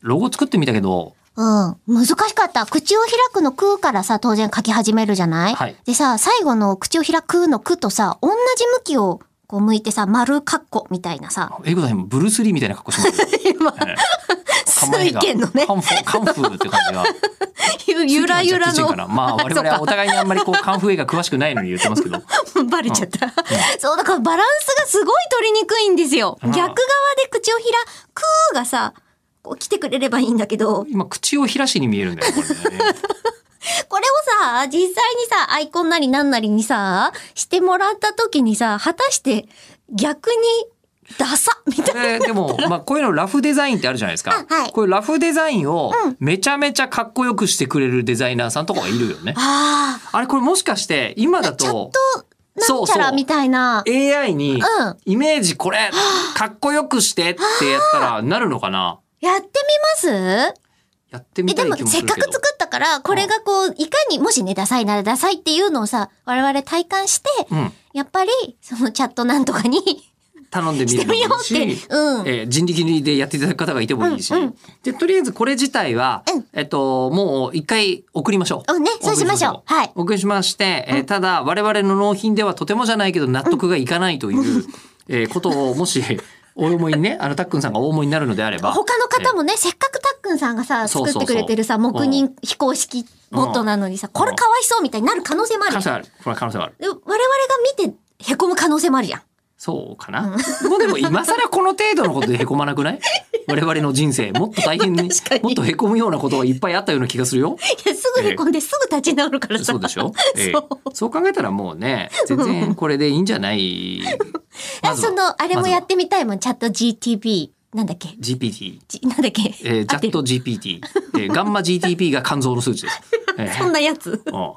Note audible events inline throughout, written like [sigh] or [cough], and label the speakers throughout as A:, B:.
A: ロゴ作ってみたけど、
B: うん。難しかった。口を開くのくからさ、当然書き始めるじゃない、
A: はい
B: でさ、最後の口を開くのくとさ、同じ向きをこう向いてさ、丸カッコみたいなさ、
A: 英語さんブルース・リーみたいな格好してますよ。
B: 今、
A: ええ
B: [laughs] 水拳のね
A: カ、ンフー、カンフーって感じが。
B: ゆゆらゆら
A: ついて
B: の
A: ましたっけついてるかなまあ、
B: [laughs]
A: 我々はお互いにあんまりこう、カンフー映画詳しくないのに言ってますけど。
B: [laughs] バレちゃった。そう、だからバランスがすごい取りにくいんですよ。
A: うん
B: 逆側で口を開くがさ、こう来てくれればいいんだけど、
A: 今、口を開しに見えるんだよ、これね。
B: これをさ、実際にさ、アイコンなりなんなりにさ、してもらった時にさ、果たして逆にダサみたいな。 [laughs]
A: えーでも、まあ、こういうのラフデザインってあるじゃないですか。
B: あはい
A: こういうラフデザインをめちゃめちゃかっこよくしてくれるデザイナーさんとかがいるよね。
B: あ
A: [laughs] あれ、これもしかして、今だ
B: あ、ちゃんと
A: と、
B: なんちゃらみたいな。
A: AI に
B: うん、
A: イメージこれ、かっこよくしてってやったら、なるのかな
B: やってみます
A: やって
B: え
A: み
B: で
A: たい
B: も
A: 気も
B: せ
A: す
B: っ
A: る
B: か
A: け
B: く
A: ど
B: 作。ったから、これがこう、いかにもしね、ダサいならダサいっていうのをさ、我々体感して、
A: うん。
B: やっぱり、そのチャットなんとかに [laughs]
A: 頼んでみ
B: して
A: るのも
B: み
A: いい
B: ようっ
A: し、
B: て。うん。
A: えー人力でやっていただく方がいてもいいし、
B: うんうん
A: でとりあえずこれ自体は、
B: うん
A: えっともう一回送りましょう。
B: うんねそうしましょう
A: お送り
B: はい
A: お送りしまして、えーただ我々の納品ではとてもじゃないけど納得がいかないという、えーことをもし大思いにねあのたっくんさんが大思いになるのであれば、
B: 他の方もね、せっかくたっくんさんがさ、
A: そう
B: 作
A: そう
B: っ
A: そう
B: てくれてるさ、黙認非公式ボットなのにさ、これかわいそうみたいになる可能性もあ
A: 可
B: る
A: 能
B: じ
A: 性
B: ゃん。
A: はある。これは可能性はある。
B: で我々が見て、へこむ可能性もあるじゃん。
A: そうかな。もうでも今更この程度のことでへこまなくない
B: [laughs]
A: 我々の人生もっと大変に
B: 確かに
A: もっとへこむようなことがいっぱいあったような気がするよ。
B: いや、すぐへこんですぐ立ち直るからさ。
A: そうでし
B: [laughs]
A: ょ、ええ
B: そう
A: そう考えたらもうね全
B: [laughs]
A: 然これでいいんじゃないま
B: あ
A: ずは
B: その、あれもやっ
A: ま
B: てみたいもん、チャット GTP。なんだっけ
A: ずは GPT、
B: じなんだっけ、
A: えー、チャ
B: 合って
A: ッ
B: る
A: ト GPT、えー、ガンマ GTP が肝臓の数値
B: [laughs]
A: です、ええ
B: そんなやつ。
A: うん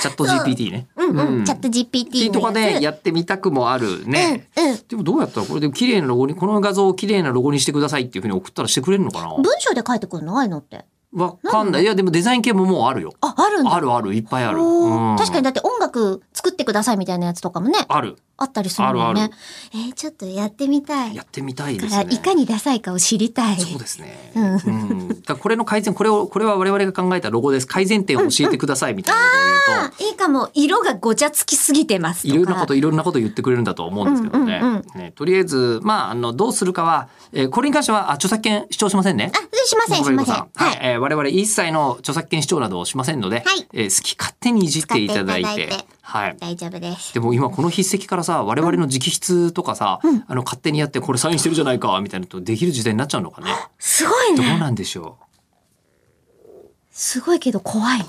A: チャット GPT ね
B: うんうん。チャット
A: T
B: GPT
A: とか
B: のや
A: で
B: つ。
A: やってみたくもあるね、
B: うんうん。
A: でもどうやったらこれで綺麗なロゴにこの画像を綺麗なロゴにしてくださいっていうふうに送ったらしてくれるのかな
B: 文章で書いてくるのああいうのって。
A: わかんないいやでもデザイン系ももうあるよ
B: あ、あるんだ。
A: あるあるいっぱいある、
B: お
A: う
B: ー
A: ん
B: 確かにだって音楽作ってくださいみたいなやつとかもね、
A: ある
B: あったりするもん
A: あ
B: ね
A: る。
B: えーちょっとやってみたい。
A: やってみたい
B: か
A: です
B: ら、
A: ね
B: いかにダサいかを知りたい。
A: そうですね。
B: う
A: うんん。だからこれの改善、これを、これは我々が考えたロゴです。改善点を教えてくださいみたいなことを言う
B: あいいかも。色がごちゃつきすぎてます
A: と、
B: と
A: いろい
B: か。
A: ろなこと、いろんなこと言ってくれるんだと思うんですけどね。
B: うんうん
A: ねとりあえず、まあ、あの、どうするかは、えーこれに関しては、あ、著作権主張しませんね
B: あ。、しません、しません。
A: は、
B: はい
A: えー我々一切の著作権主張などをしませんので、
B: はい
A: えー好き勝手にいじっていただい
B: 使っ
A: て
B: ていただいて
A: はい。
B: 大丈夫です。
A: でも今この筆跡からさ我々の直筆とかさ、あの勝手にやってこれサインしてるじゃないかみたいなのとできる時代になっちゃうのかね
B: すごい
A: どう
B: ね。
A: なんでしょう
B: すごいけど怖いね。